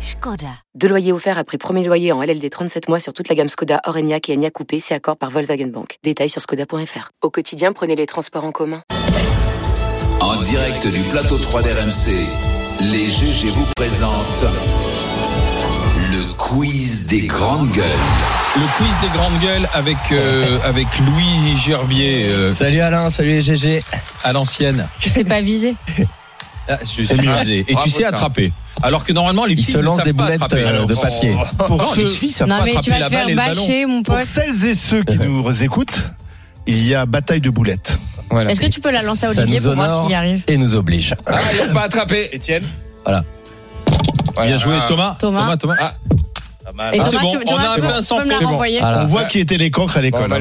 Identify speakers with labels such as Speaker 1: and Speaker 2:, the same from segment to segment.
Speaker 1: Skoda. Deux loyers offerts après premier loyer en LLD 37 mois sur toute la gamme Skoda, Orenia et Enya Coupé, c'est accord par Volkswagen Bank. Détails sur skoda.fr. Au quotidien, prenez les transports en commun.
Speaker 2: En direct du plateau 3 d'RMC, les GG vous présentent le quiz des grandes gueules.
Speaker 3: Le quiz des grandes gueules avec, euh, avec Louis Gerbier euh,
Speaker 4: Salut Alain, salut les GG.
Speaker 3: à l'ancienne.
Speaker 5: Tu sais pas viser.
Speaker 3: Ah, je sais mieux viser. Et tu
Speaker 6: Bravo,
Speaker 3: sais
Speaker 6: Karl.
Speaker 3: attraper. Alors que normalement, les
Speaker 4: Il
Speaker 3: filles
Speaker 4: se
Speaker 3: ne
Speaker 4: lance
Speaker 3: savent
Speaker 4: des
Speaker 3: pas
Speaker 4: boulettes
Speaker 3: attraper.
Speaker 4: euh,
Speaker 3: Alors, Oh,
Speaker 4: de papier.
Speaker 6: Pour,
Speaker 3: non,
Speaker 6: ceux-
Speaker 3: les filles savent
Speaker 5: Non
Speaker 3: pas
Speaker 5: mais
Speaker 3: attraper
Speaker 5: tu vas
Speaker 3: la
Speaker 5: te
Speaker 3: balle et
Speaker 5: faire
Speaker 3: le ballon.
Speaker 5: bâcher mon
Speaker 6: pour
Speaker 5: pote.
Speaker 6: celles et ceux qui nous écoutent, il y a bataille de boulettes.
Speaker 4: Voilà.
Speaker 5: Est-ce que tu peux la lancer à
Speaker 4: Ça
Speaker 5: Olivier
Speaker 4: nous
Speaker 5: pour voir
Speaker 4: honore.
Speaker 5: s'il y arrive
Speaker 4: Et nous oblige.
Speaker 7: pas attrapé.
Speaker 6: Étienne
Speaker 3: Bien joué, Thomas.
Speaker 5: Thomas.
Speaker 3: Thomas, Thomas.
Speaker 6: Ah,
Speaker 5: Et
Speaker 3: Ah,
Speaker 5: Thomas,
Speaker 3: c'est
Speaker 5: tu-
Speaker 3: bon,
Speaker 5: tu
Speaker 3: on a
Speaker 5: vas-
Speaker 3: un
Speaker 5: tu
Speaker 3: peu
Speaker 5: peux
Speaker 3: un sans
Speaker 5: me la
Speaker 3: faute.
Speaker 5: renvoyer
Speaker 4: Voilà.
Speaker 6: On voit qui étaient les cancres à l'école. hein.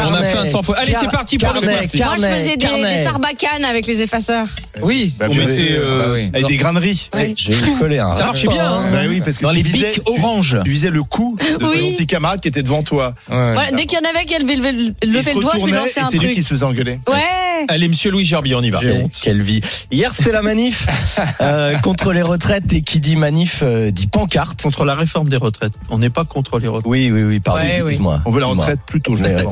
Speaker 3: On a fait un sans faute. Allez, c'est
Speaker 4: Carnet,
Speaker 3: parti pour le
Speaker 4: carnet,
Speaker 3: quiz.
Speaker 5: Moi, je
Speaker 4: Carnet,
Speaker 5: faisais des,
Speaker 4: carnet.
Speaker 5: des sarbacanes avec les effaceurs.
Speaker 3: Oui,
Speaker 6: Bah,
Speaker 3: on
Speaker 6: bien
Speaker 3: mettait.
Speaker 6: sûr.
Speaker 3: euh,
Speaker 6: Avec des graineries.
Speaker 5: Ouais.
Speaker 4: Je vais lui coller un.
Speaker 3: Ça marchait bien. hein.
Speaker 6: Bah oui, parce que
Speaker 3: Dans
Speaker 6: tu
Speaker 3: les
Speaker 6: visais-
Speaker 3: pics
Speaker 6: tu-
Speaker 3: orange.
Speaker 6: Tu visais le cou de
Speaker 5: Oui.
Speaker 6: ton petit camarade qui était devant toi.
Speaker 5: Voilà, dès qu'il y en avait qui levait le
Speaker 6: il se
Speaker 5: levait le doigt, je lui
Speaker 6: retournait
Speaker 5: lançais
Speaker 6: et
Speaker 5: un
Speaker 6: c'est lui
Speaker 5: truc.
Speaker 6: qui se faisait engueuler.
Speaker 5: Ouais
Speaker 3: Allez, monsieur Louis Gerbier, on y va.
Speaker 4: J'ai honte. Eh, Quelle vie. Hier, c'était la manif euh, contre les retraites et qui dit manif euh, dit pancarte.
Speaker 8: contre la réforme des retraites. On n'est pas contre les retraites.
Speaker 4: Oui, oui, oui, pardon,
Speaker 5: Ouais, oui.
Speaker 4: excuse-moi.
Speaker 6: On veut la
Speaker 4: Excuse-moi.
Speaker 6: retraite plus tôt, je
Speaker 4: Mais,
Speaker 6: crois.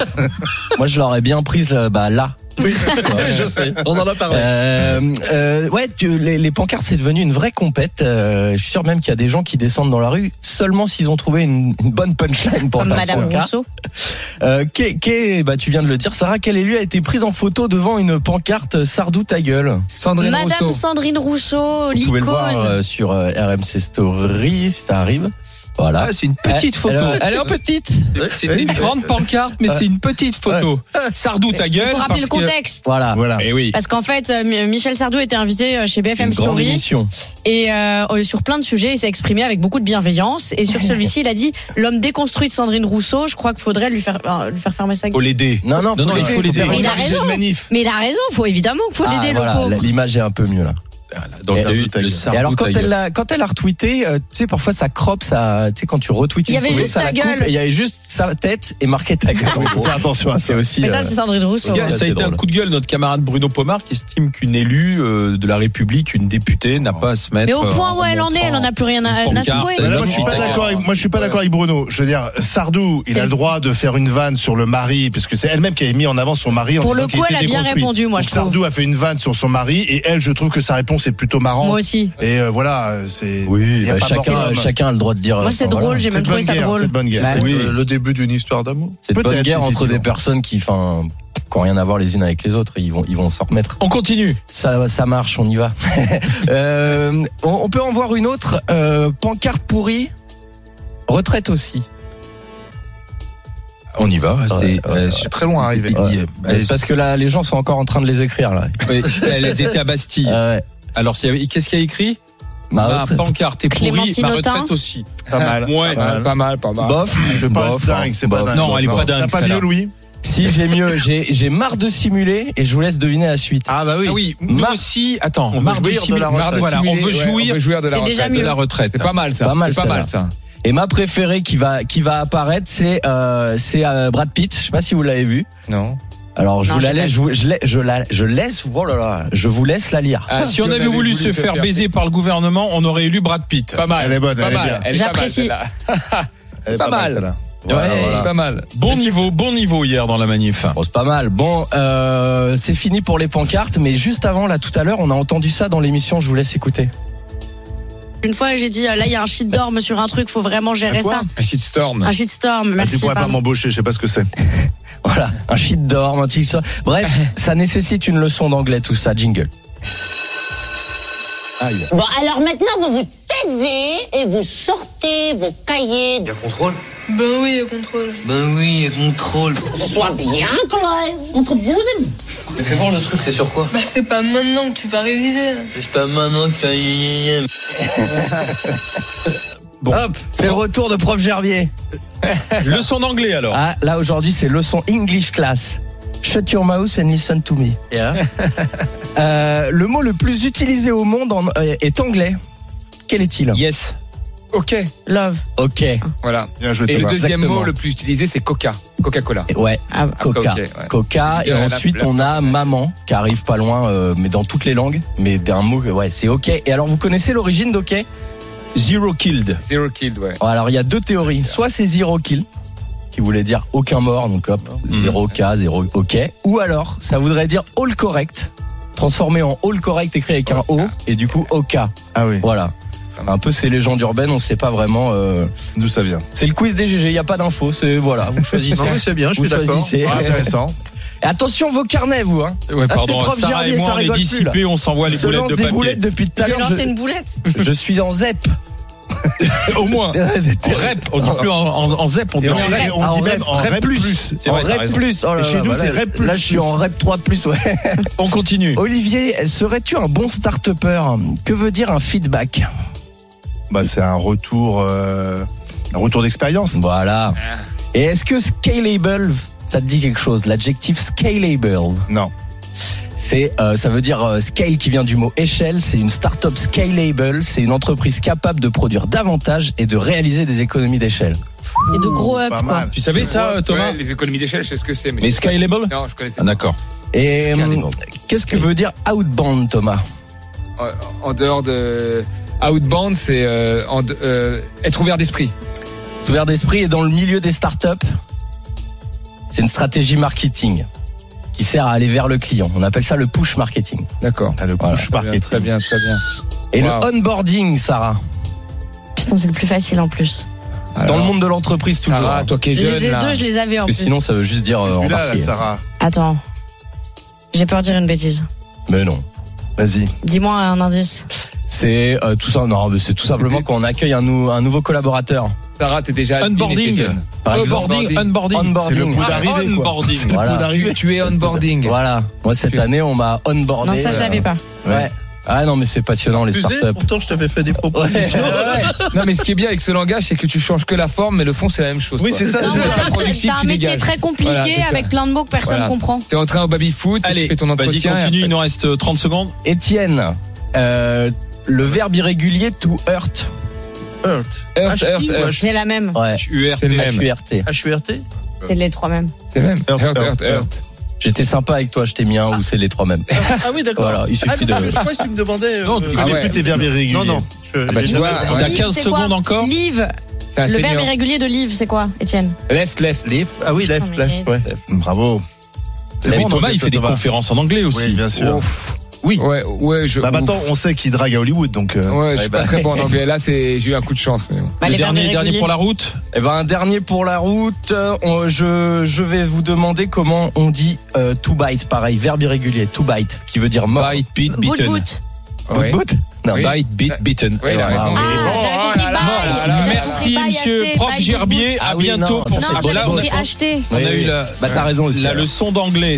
Speaker 4: Moi, je l'aurais bien prise euh, bah, là.
Speaker 6: Oui, je sais.
Speaker 8: On en a parlé.
Speaker 4: Euh, euh, ouais, tu- les, les pancartes, c'est devenu une vraie compète. Euh, je suis sûr même qu'il y a des gens qui descendent dans la rue seulement s'ils ont trouvé une, une bonne punchline pour
Speaker 5: Comme
Speaker 4: leur
Speaker 5: Madame
Speaker 4: pancarte.
Speaker 5: Rousseau.
Speaker 4: Euh, qu'est- qu'est- bah, tu viens de le dire, Sarah, quel élu a été prise en photo devant une pancarte euh, Sardou ta gueule
Speaker 9: Sandrine
Speaker 5: Madame
Speaker 9: Rousseau.
Speaker 5: Sandrine Rousseau,
Speaker 4: Vous pouvez le voir
Speaker 5: l'icône.
Speaker 4: euh, sur euh, RMC Story, si ça arrive. Voilà.
Speaker 3: Ah, c'est une petite
Speaker 4: Elle-
Speaker 3: photo.
Speaker 4: Elle, elle est un peu petite.
Speaker 3: C'est une grande pancarte, mais c'est une petite photo. Sardou, ta
Speaker 5: Il
Speaker 3: gueule.
Speaker 5: faut
Speaker 3: parce
Speaker 5: rappeler le
Speaker 3: que-
Speaker 5: contexte.
Speaker 4: Voilà.
Speaker 6: Voilà.
Speaker 3: Eh oui.
Speaker 5: Parce qu'en fait, euh, M- Michel Sardou était invité euh, chez BFM
Speaker 4: Une grande
Speaker 5: Story
Speaker 4: émission.
Speaker 5: et euh, euh, sur plein de sujets, il s'est exprimé avec beaucoup de bienveillance. Et sur celui-ci, il a dit l'homme déconstruit de Sandrine Rousseau. Je crois qu'il faudrait lui faire euh, lui faire fermer sa
Speaker 6: Faut
Speaker 5: gueule.
Speaker 6: l'aider.
Speaker 4: Non, non,
Speaker 3: Non, non, il faut l'aider.
Speaker 5: Mais il a
Speaker 6: Organisez
Speaker 5: raison.
Speaker 6: une manif.
Speaker 5: Mais il a raison. Faut évidemment qu'il faut
Speaker 4: Ah,
Speaker 5: l'aider,
Speaker 4: voilà,
Speaker 5: le pauvre.
Speaker 4: L'image est un peu mieux là.
Speaker 3: Donc, il y a eu
Speaker 6: ta
Speaker 3: le
Speaker 6: gueule.
Speaker 3: Sardou,
Speaker 4: et alors quand
Speaker 3: ta gueule.
Speaker 4: elle a, quand elle a retweeté, euh, tu sais parfois ça crop, ça, tu sais quand tu retweets
Speaker 5: Il y
Speaker 4: une
Speaker 5: avait
Speaker 4: photo,
Speaker 5: juste
Speaker 4: ça
Speaker 5: ta
Speaker 4: la coupe,
Speaker 5: gueule.
Speaker 4: et il y avait juste sa tête et marqué ta gueule. en
Speaker 6: Faut
Speaker 4: gros.
Speaker 6: faire attention à
Speaker 4: c'est
Speaker 6: ça.
Speaker 4: aussi.
Speaker 5: Mais ça,
Speaker 4: euh,
Speaker 5: c'est Sandrine Rousseau. hein.
Speaker 4: Regarde,
Speaker 3: Ça a
Speaker 4: c'est
Speaker 3: été un
Speaker 4: drôle.
Speaker 3: coup de gueule. Notre camarade Bruno Pomar qui estime qu'une élue euh, de la République, une députée, n'a pas à se mettre.
Speaker 5: Mais au
Speaker 3: euh,
Speaker 5: point où elle en est, elle en a plus rien à,
Speaker 3: une
Speaker 5: à secouer.
Speaker 3: pancarte.
Speaker 6: Mais là,
Speaker 3: Là,
Speaker 6: moi, je suis pas
Speaker 3: d'accord.
Speaker 6: d'accord. avec- Moi, je suis pas d'accord avec Bruno. Je veux dire, Sardou, il
Speaker 5: C'est-
Speaker 6: a le droit de faire une vanne sur le mari, puisque c'est elle-même qui avait mis en avant son mari. En
Speaker 5: Pour
Speaker 6: disant
Speaker 5: le
Speaker 6: qu'il
Speaker 5: coup,
Speaker 6: était
Speaker 5: elle a bien
Speaker 6: déconstruit.
Speaker 5: répondu, moi, je
Speaker 6: Donc,
Speaker 5: trouve.
Speaker 6: Sardou a fait une vanne sur son mari, et elle, je trouve que sa réponse est plutôt marrante.
Speaker 5: Moi aussi.
Speaker 6: Et euh, voilà, euh, c'est.
Speaker 4: Oui,
Speaker 6: Y a
Speaker 4: bah,
Speaker 6: pas hein. mort
Speaker 4: chacun,
Speaker 6: d'homme.
Speaker 4: chacun a le droit de dire.
Speaker 5: Moi,
Speaker 4: euh,
Speaker 5: c'est
Speaker 4: enfin,
Speaker 5: drôle.
Speaker 4: voilà.
Speaker 5: J'ai
Speaker 6: Cette
Speaker 5: même
Speaker 6: bonne
Speaker 5: trouvé ça
Speaker 6: guerre,
Speaker 5: drôle.
Speaker 6: cette bonne guerre.
Speaker 5: Bah,
Speaker 6: Oui.
Speaker 8: Euh, le début d'une histoire d'amour.
Speaker 4: C'est une bonne
Speaker 6: Peut-être,
Speaker 4: guerre entre des
Speaker 6: évidemment.
Speaker 4: personnes qui, enfin, qui ont rien à voir les unes avec les autres. Ils vont, ils vont s'en remettre.
Speaker 3: On continue.
Speaker 4: Ça, ça marche, on y va. Euh, on, on peut en voir une autre. euh, pancarte pourrie. Retraite aussi.
Speaker 3: On y va.
Speaker 4: Ouais,
Speaker 3: c'est- euh,
Speaker 6: C'est très loin à arriver.
Speaker 4: Ouais.
Speaker 3: il-
Speaker 4: C'est parce que là, les gens sont encore en train de les écrire là.
Speaker 3: Ouais, Elle était à Bastille.
Speaker 4: Ah ouais.
Speaker 3: Alors, s'il y avait- qu'est-ce qu'il y a écrit
Speaker 4: Ma
Speaker 3: Ma
Speaker 4: retraite-
Speaker 3: pancarte est pourrie,
Speaker 5: Clémentine
Speaker 3: ma
Speaker 5: Autain.
Speaker 3: retraite aussi.
Speaker 6: Pas mal.
Speaker 3: Ouais.
Speaker 6: Pas mal.
Speaker 7: Pas mal, pas mal.
Speaker 4: Bof.
Speaker 6: Je veux pas
Speaker 4: Bof,
Speaker 6: être dingue, c'est pas
Speaker 4: bof.
Speaker 6: dingue.
Speaker 3: Non, elle est pas dingue,
Speaker 6: T'as pas
Speaker 3: celle-là.
Speaker 6: mieux, Louis
Speaker 4: Si j'ai mieux, j'ai j'ai marre de simuler et je vous laisse deviner la suite.
Speaker 8: Ah bah oui.
Speaker 3: Ah oui, nous
Speaker 4: Mar-
Speaker 3: aussi. Attends,
Speaker 8: On veut
Speaker 3: marre de
Speaker 8: jouir de
Speaker 3: simuler-
Speaker 8: la
Speaker 3: marre de
Speaker 7: Marre de
Speaker 3: Voilà, on
Speaker 7: simuler,
Speaker 3: veut
Speaker 7: ouais,
Speaker 3: jouir
Speaker 7: on veut jouer de la
Speaker 5: C'est déjà
Speaker 7: retraite.
Speaker 3: de
Speaker 5: mieux.
Speaker 3: la retraite.
Speaker 7: C'est pas mal ça.
Speaker 4: Pas mal,
Speaker 7: C'est pas mal ça.
Speaker 4: Et ma préférée qui va qui va apparaître, c'est euh, c'est euh, Brad Pitt. Je sais pas si vous l'avez vu.
Speaker 7: Non.
Speaker 4: Alors je
Speaker 5: Non,
Speaker 4: vous
Speaker 5: je
Speaker 4: la
Speaker 5: l'ai
Speaker 4: laisse, je, vous- je, l'ai- je la je laisse. Oh là là, je vous laisse la lire.
Speaker 7: Ah,
Speaker 3: Si on avait voulu se faire baiser par le gouvernement, on aurait élu Brad Pitt.
Speaker 7: Pas mal.
Speaker 6: Elle est bonne,
Speaker 7: Pas
Speaker 6: elle est
Speaker 7: mal,
Speaker 6: bien.
Speaker 7: elle est pas mal,
Speaker 5: J'apprécie.
Speaker 7: celle-là.
Speaker 6: Elle est
Speaker 7: Pas mal.
Speaker 6: celle-là.
Speaker 3: Voilà,
Speaker 7: Ouais,
Speaker 3: voilà.
Speaker 7: Pas mal.
Speaker 3: Bon niveau, bon niveau hier dans la manif.
Speaker 4: Bon, c'est pas mal. Bon, euh, c'est fini pour les pancartes, mais juste avant, là, tout à l'heure, on a entendu ça dans l'émission. Je vous laisse écouter.
Speaker 5: Une fois, j'ai dit, euh, là, il y a un shitstorm sur un truc, faut vraiment gérer
Speaker 6: Un quoi
Speaker 5: ça.
Speaker 7: Un shitstorm.
Speaker 5: Un shitstorm,
Speaker 6: Ah, Tu
Speaker 5: merci.
Speaker 6: pourrais pas
Speaker 5: pardon.
Speaker 6: m'embaucher, je sais pas ce que c'est.
Speaker 4: Voilà, un shit d'or, un truc ça. Bref, ça nécessite une leçon d'anglais, tout ça. Jingle. Aïe.
Speaker 10: Bon, alors maintenant, vous vous taisez et vous sortez vos cahiers.
Speaker 9: Ben oui, au contrôle.
Speaker 8: Ben oui, contrôle.
Speaker 10: Sois bien clair entre vous et nous.
Speaker 8: Mais fais voir le truc, c'est sur quoi
Speaker 9: Bah c'est pas maintenant que tu vas réviser.
Speaker 8: C'est pas maintenant que
Speaker 4: Hop, c'est le retour de Prof Gervier.
Speaker 3: Leçon d'anglais alors.
Speaker 4: Ah, là aujourd'hui, c'est leçon English class. Shut your mouth and listen to me. Euh, le mot le plus utilisé au monde en- euh, est anglais. Quel est-il
Speaker 3: Yes.
Speaker 7: Ok.
Speaker 5: Love.
Speaker 4: Ok.
Speaker 7: Voilà.
Speaker 6: Bien joué,
Speaker 7: Et le
Speaker 6: Thomas.
Speaker 7: deuxième
Speaker 6: Exactement.
Speaker 7: mot le plus utilisé, c'est Coca. Coca-Cola.
Speaker 4: Ouais,
Speaker 5: Ah,
Speaker 4: Coca.
Speaker 7: ok, ouais.
Speaker 4: Coca. Et
Speaker 7: Euh, la-
Speaker 4: ensuite,
Speaker 7: la-
Speaker 4: on a maman, qui arrive pas loin, euh, mais dans toutes les langues. Mais d'un mot, que- ouais, c'est ok. Et alors, vous connaissez l'origine d'ok Zero killed.
Speaker 7: Zero killed, ouais.
Speaker 4: Alors, il y a deux théories. Soit c'est zero kill, qui voulait dire aucun mort, donc hop, zéro K, zéro ok. Ou alors, ça voudrait dire all correct, transformé en all correct écrit avec un O, et du coup, ok.
Speaker 6: Ah oui,
Speaker 4: Voilà. Un peu ces légendes urbaines, on sait pas vraiment. euh,
Speaker 6: d'où ça vient
Speaker 4: C'est le quiz des GG, il n'y a pas d'infos, c'est voilà, vous choisissez.
Speaker 8: Non, mais c'est bien, je
Speaker 4: Vous
Speaker 8: suis d'accord.
Speaker 4: choisissez.
Speaker 6: Ah, Intéressant.
Speaker 4: Et attention vos carnets, vous. Hein.
Speaker 3: Ouais,
Speaker 4: Ah,
Speaker 3: pardon.
Speaker 4: c'est prof
Speaker 3: Sarah
Speaker 4: Gervier,
Speaker 3: et
Speaker 4: ça
Speaker 3: moi, on est
Speaker 4: rigole plus,
Speaker 3: dissipés, on s'envoie
Speaker 4: Je
Speaker 3: les
Speaker 4: se
Speaker 3: boulettes
Speaker 4: lance
Speaker 3: de
Speaker 4: des
Speaker 3: papier.
Speaker 4: boulettes depuis tout à
Speaker 5: Je vais
Speaker 4: l'heure.
Speaker 5: lancer
Speaker 4: Je,
Speaker 5: une boulette.
Speaker 4: je suis en ZEP.
Speaker 3: Au moins. En
Speaker 4: C'était-
Speaker 3: rep, on dit plus en, en- en zep, on dit
Speaker 6: Et
Speaker 3: en
Speaker 6: on,
Speaker 5: en
Speaker 3: rep.
Speaker 5: rep.
Speaker 6: dit- on
Speaker 4: Ah,
Speaker 6: dit
Speaker 4: en
Speaker 6: même
Speaker 4: rep.
Speaker 6: en
Speaker 3: Rep
Speaker 6: rep
Speaker 3: plus.
Speaker 6: plus.
Speaker 3: C'est
Speaker 4: en
Speaker 3: vrai, t'as
Speaker 4: rep
Speaker 3: raison.
Speaker 4: plus. Oh là
Speaker 6: Et
Speaker 4: là,
Speaker 6: chez nous,
Speaker 4: voilà.
Speaker 6: c'est rep plus.
Speaker 4: Là, je suis en rep 3 plus, ouais.
Speaker 3: On continue.
Speaker 4: Olivier, serais-tu un bon start-upper Que veut dire un feedback
Speaker 6: Bah, c'est un retour, euh, un retour d'expérience.
Speaker 4: Voilà.
Speaker 6: Ah.
Speaker 4: Et est-ce que scalable, ça te dit quelque chose L'adjectif scalable
Speaker 6: Non.
Speaker 4: C'est, euh, ça veut dire euh, scale qui vient du mot échelle. C'est une start-up scalable. C'est une entreprise capable de produire davantage et de réaliser des économies d'échelle.
Speaker 5: Et de gros up,
Speaker 6: Pas
Speaker 5: quoi.
Speaker 6: mal.
Speaker 3: Tu savais ça, euh, Thomas
Speaker 7: Ouais, les économies d'échelle, je sais ce que c'est. Mais,
Speaker 3: Mais Skylable
Speaker 7: Non, je connaissais
Speaker 3: Ah,
Speaker 7: pas.
Speaker 3: D'accord.
Speaker 4: Et
Speaker 3: Scalable.
Speaker 4: hum, qu'est-ce que veut dire outbound, Thomas
Speaker 7: En- En dehors de. Outbound, c'est euh, en de- euh, être ouvert d'esprit.
Speaker 4: Ouvert d'esprit et dans le milieu des startups, c'est une stratégie marketing qui sert à aller vers le client. On appelle ça le push marketing.
Speaker 7: D'accord.
Speaker 6: Ah, le
Speaker 4: Voilà.
Speaker 6: push
Speaker 7: Très bien,
Speaker 6: marketing.
Speaker 7: très bien, très bien.
Speaker 4: Et
Speaker 7: Wow.
Speaker 4: le onboarding, Sarah,
Speaker 5: Putain, c'est le plus facile en plus.
Speaker 4: dans
Speaker 7: Alors,
Speaker 4: le monde de l'entreprise toujours.
Speaker 7: Sarah, toi qui es
Speaker 5: Les
Speaker 7: jeune,
Speaker 5: les
Speaker 7: là.
Speaker 5: deux, je les avais en
Speaker 4: Parce que
Speaker 5: plus.
Speaker 4: sinon, ça veut juste dire euh,
Speaker 6: Tu l'as, là,
Speaker 4: embarquer.
Speaker 6: Sarah.
Speaker 5: Attends. J'ai peur de dire une bêtise.
Speaker 4: Mais non.
Speaker 6: Vas-y.
Speaker 5: Dis-moi un indice.
Speaker 4: C'est euh, tout ça. Non, mais c'est tout simplement quand on accueille un, nou- un nouveau collaborateur.
Speaker 7: Sarah, t'es déjà admin et
Speaker 3: Onboarding.
Speaker 7: t'es jeune.
Speaker 4: Par exemple,
Speaker 7: Onboarding.
Speaker 3: Onboarding, onboarding.
Speaker 6: C'est le
Speaker 4: onboarding.
Speaker 6: bout
Speaker 3: Ah,
Speaker 6: d'arrivée. quoi.
Speaker 3: onboarding.
Speaker 6: C'est le
Speaker 4: Voilà.
Speaker 6: bout d'arrivée.
Speaker 7: Tu, tu es onboarding.
Speaker 4: Voilà. Moi, cette
Speaker 7: Tu-
Speaker 4: année, on m'a onboardé.
Speaker 5: Non, ça, je
Speaker 4: euh,
Speaker 5: l'avais pas.
Speaker 4: Ouais. Ah non, mais c'est passionnant les
Speaker 8: Tu sais,
Speaker 4: startups.
Speaker 8: pourtant, je t'avais fait des
Speaker 4: Ouais,
Speaker 8: propositions.
Speaker 4: ouais.
Speaker 7: Non, mais ce qui est bien avec ce langage, c'est que tu changes que la forme, mais le fond, c'est la même chose.
Speaker 6: Oui,
Speaker 7: quoi.
Speaker 6: c'est ça.
Speaker 7: Non,
Speaker 6: c'est
Speaker 7: mais-
Speaker 6: ça.
Speaker 7: pas productif,
Speaker 5: T'as un
Speaker 7: tu
Speaker 5: métier
Speaker 7: dégages.
Speaker 5: très compliqué
Speaker 7: Voilà, c'est ça.
Speaker 5: avec plein de mots que personne
Speaker 7: Voilà.
Speaker 5: comprend.
Speaker 7: T'es en train au baby foot, tu
Speaker 3: Allez,
Speaker 7: fais ton
Speaker 3: vas-y,
Speaker 7: entretien.
Speaker 3: continue,
Speaker 7: et
Speaker 3: il nous reste euh, 30 secondes.
Speaker 4: Étienne, euh, le verbe irrégulier to hurt. Hurt.
Speaker 7: après-
Speaker 6: Ah,
Speaker 7: Heurt, heurt, heurt.
Speaker 5: C'est la même.
Speaker 4: Ouais.
Speaker 3: URT.
Speaker 7: C'est le même.
Speaker 4: H-U-R-T.
Speaker 8: HURT
Speaker 5: C'est les trois mêmes.
Speaker 7: C'est le même.
Speaker 6: Heurt,
Speaker 7: Heurt,
Speaker 6: heurt,
Speaker 7: heurt, heurt.
Speaker 4: J'étais sympa avec toi, je t'ai mis un ou c'est les trois mêmes.
Speaker 8: Ah oui, d'accord.
Speaker 4: Voilà, il
Speaker 8: Ah,
Speaker 4: suffit
Speaker 8: mais parce
Speaker 4: de-
Speaker 8: que je crois que tu me demandais. euh,
Speaker 3: Non, tu
Speaker 8: euh,
Speaker 6: Ah
Speaker 7: Ah
Speaker 6: mais
Speaker 7: ouais.
Speaker 6: plus tes verbes irréguliers. Ah
Speaker 8: Non, non. Je-
Speaker 7: bah,
Speaker 8: j'ai
Speaker 7: tu
Speaker 8: jamais
Speaker 7: vois,
Speaker 8: compris.
Speaker 7: on a
Speaker 5: Live,
Speaker 3: 15
Speaker 5: c'est quoi
Speaker 3: secondes encore.
Speaker 5: Live.
Speaker 7: C'est un
Speaker 5: Le verbe
Speaker 7: senior.
Speaker 5: irrégulier de live, c'est quoi, Étienne
Speaker 7: Left, left.
Speaker 8: Lift. Ah oui, left,
Speaker 5: Putain, mais-
Speaker 8: left. Ouais.
Speaker 6: Bravo. C'est
Speaker 3: Mais
Speaker 6: bon,
Speaker 3: Thomas,
Speaker 6: donc,
Speaker 3: il fait des
Speaker 6: Thomas.
Speaker 3: conférences en anglais
Speaker 6: Oui,
Speaker 3: aussi.
Speaker 6: bien sûr.
Speaker 3: Oui.
Speaker 7: Ouais, ouais, je.
Speaker 6: Bah, maintenant,
Speaker 7: ouf.
Speaker 6: on sait qu'il drague à Hollywood, donc. euh,
Speaker 7: Ouais, je suis pas très bon en anglais. Là, c'est, j'ai eu un coup de chance. mais bon.
Speaker 5: Bah,
Speaker 3: Le
Speaker 5: les verbes
Speaker 3: dernier, dernier
Speaker 5: irréguliers.
Speaker 3: pour la route.
Speaker 4: Eh ben un dernier pour la route. Euh, on- je, je vais vous demander comment on dit euh, to bite, pareil, verbe irrégulier, to bite, qui veut dire mort.
Speaker 3: Bite, beat,
Speaker 5: Boot,
Speaker 3: beaten.
Speaker 5: boot.
Speaker 7: Ouais.
Speaker 4: Boot, boot
Speaker 3: Non,
Speaker 7: Oui.
Speaker 3: Bite, beat, beaten.
Speaker 7: Ouais, il a
Speaker 4: Ah,
Speaker 7: raison.
Speaker 4: oui.
Speaker 7: Il est
Speaker 5: Ah,
Speaker 7: bon.
Speaker 5: j'avais
Speaker 7: Oh
Speaker 5: compris
Speaker 7: là
Speaker 5: bye.
Speaker 7: là là là.
Speaker 5: J'avais
Speaker 3: Merci,
Speaker 5: compris, bye,
Speaker 3: monsieur
Speaker 5: acheter,
Speaker 3: prof
Speaker 5: bye, boot,
Speaker 3: Gerbier.
Speaker 4: Ah
Speaker 3: À
Speaker 4: oui,
Speaker 3: bientôt
Speaker 4: non.
Speaker 3: pour
Speaker 4: Non,
Speaker 3: ce
Speaker 5: Non, j'avais
Speaker 4: Bon, là, on
Speaker 3: Voilà,
Speaker 4: a
Speaker 5: compris
Speaker 4: fait-
Speaker 5: acheter.
Speaker 3: on a eu la-
Speaker 4: Bah t'as raison aussi.
Speaker 3: la
Speaker 4: alors.
Speaker 3: leçon d'anglais.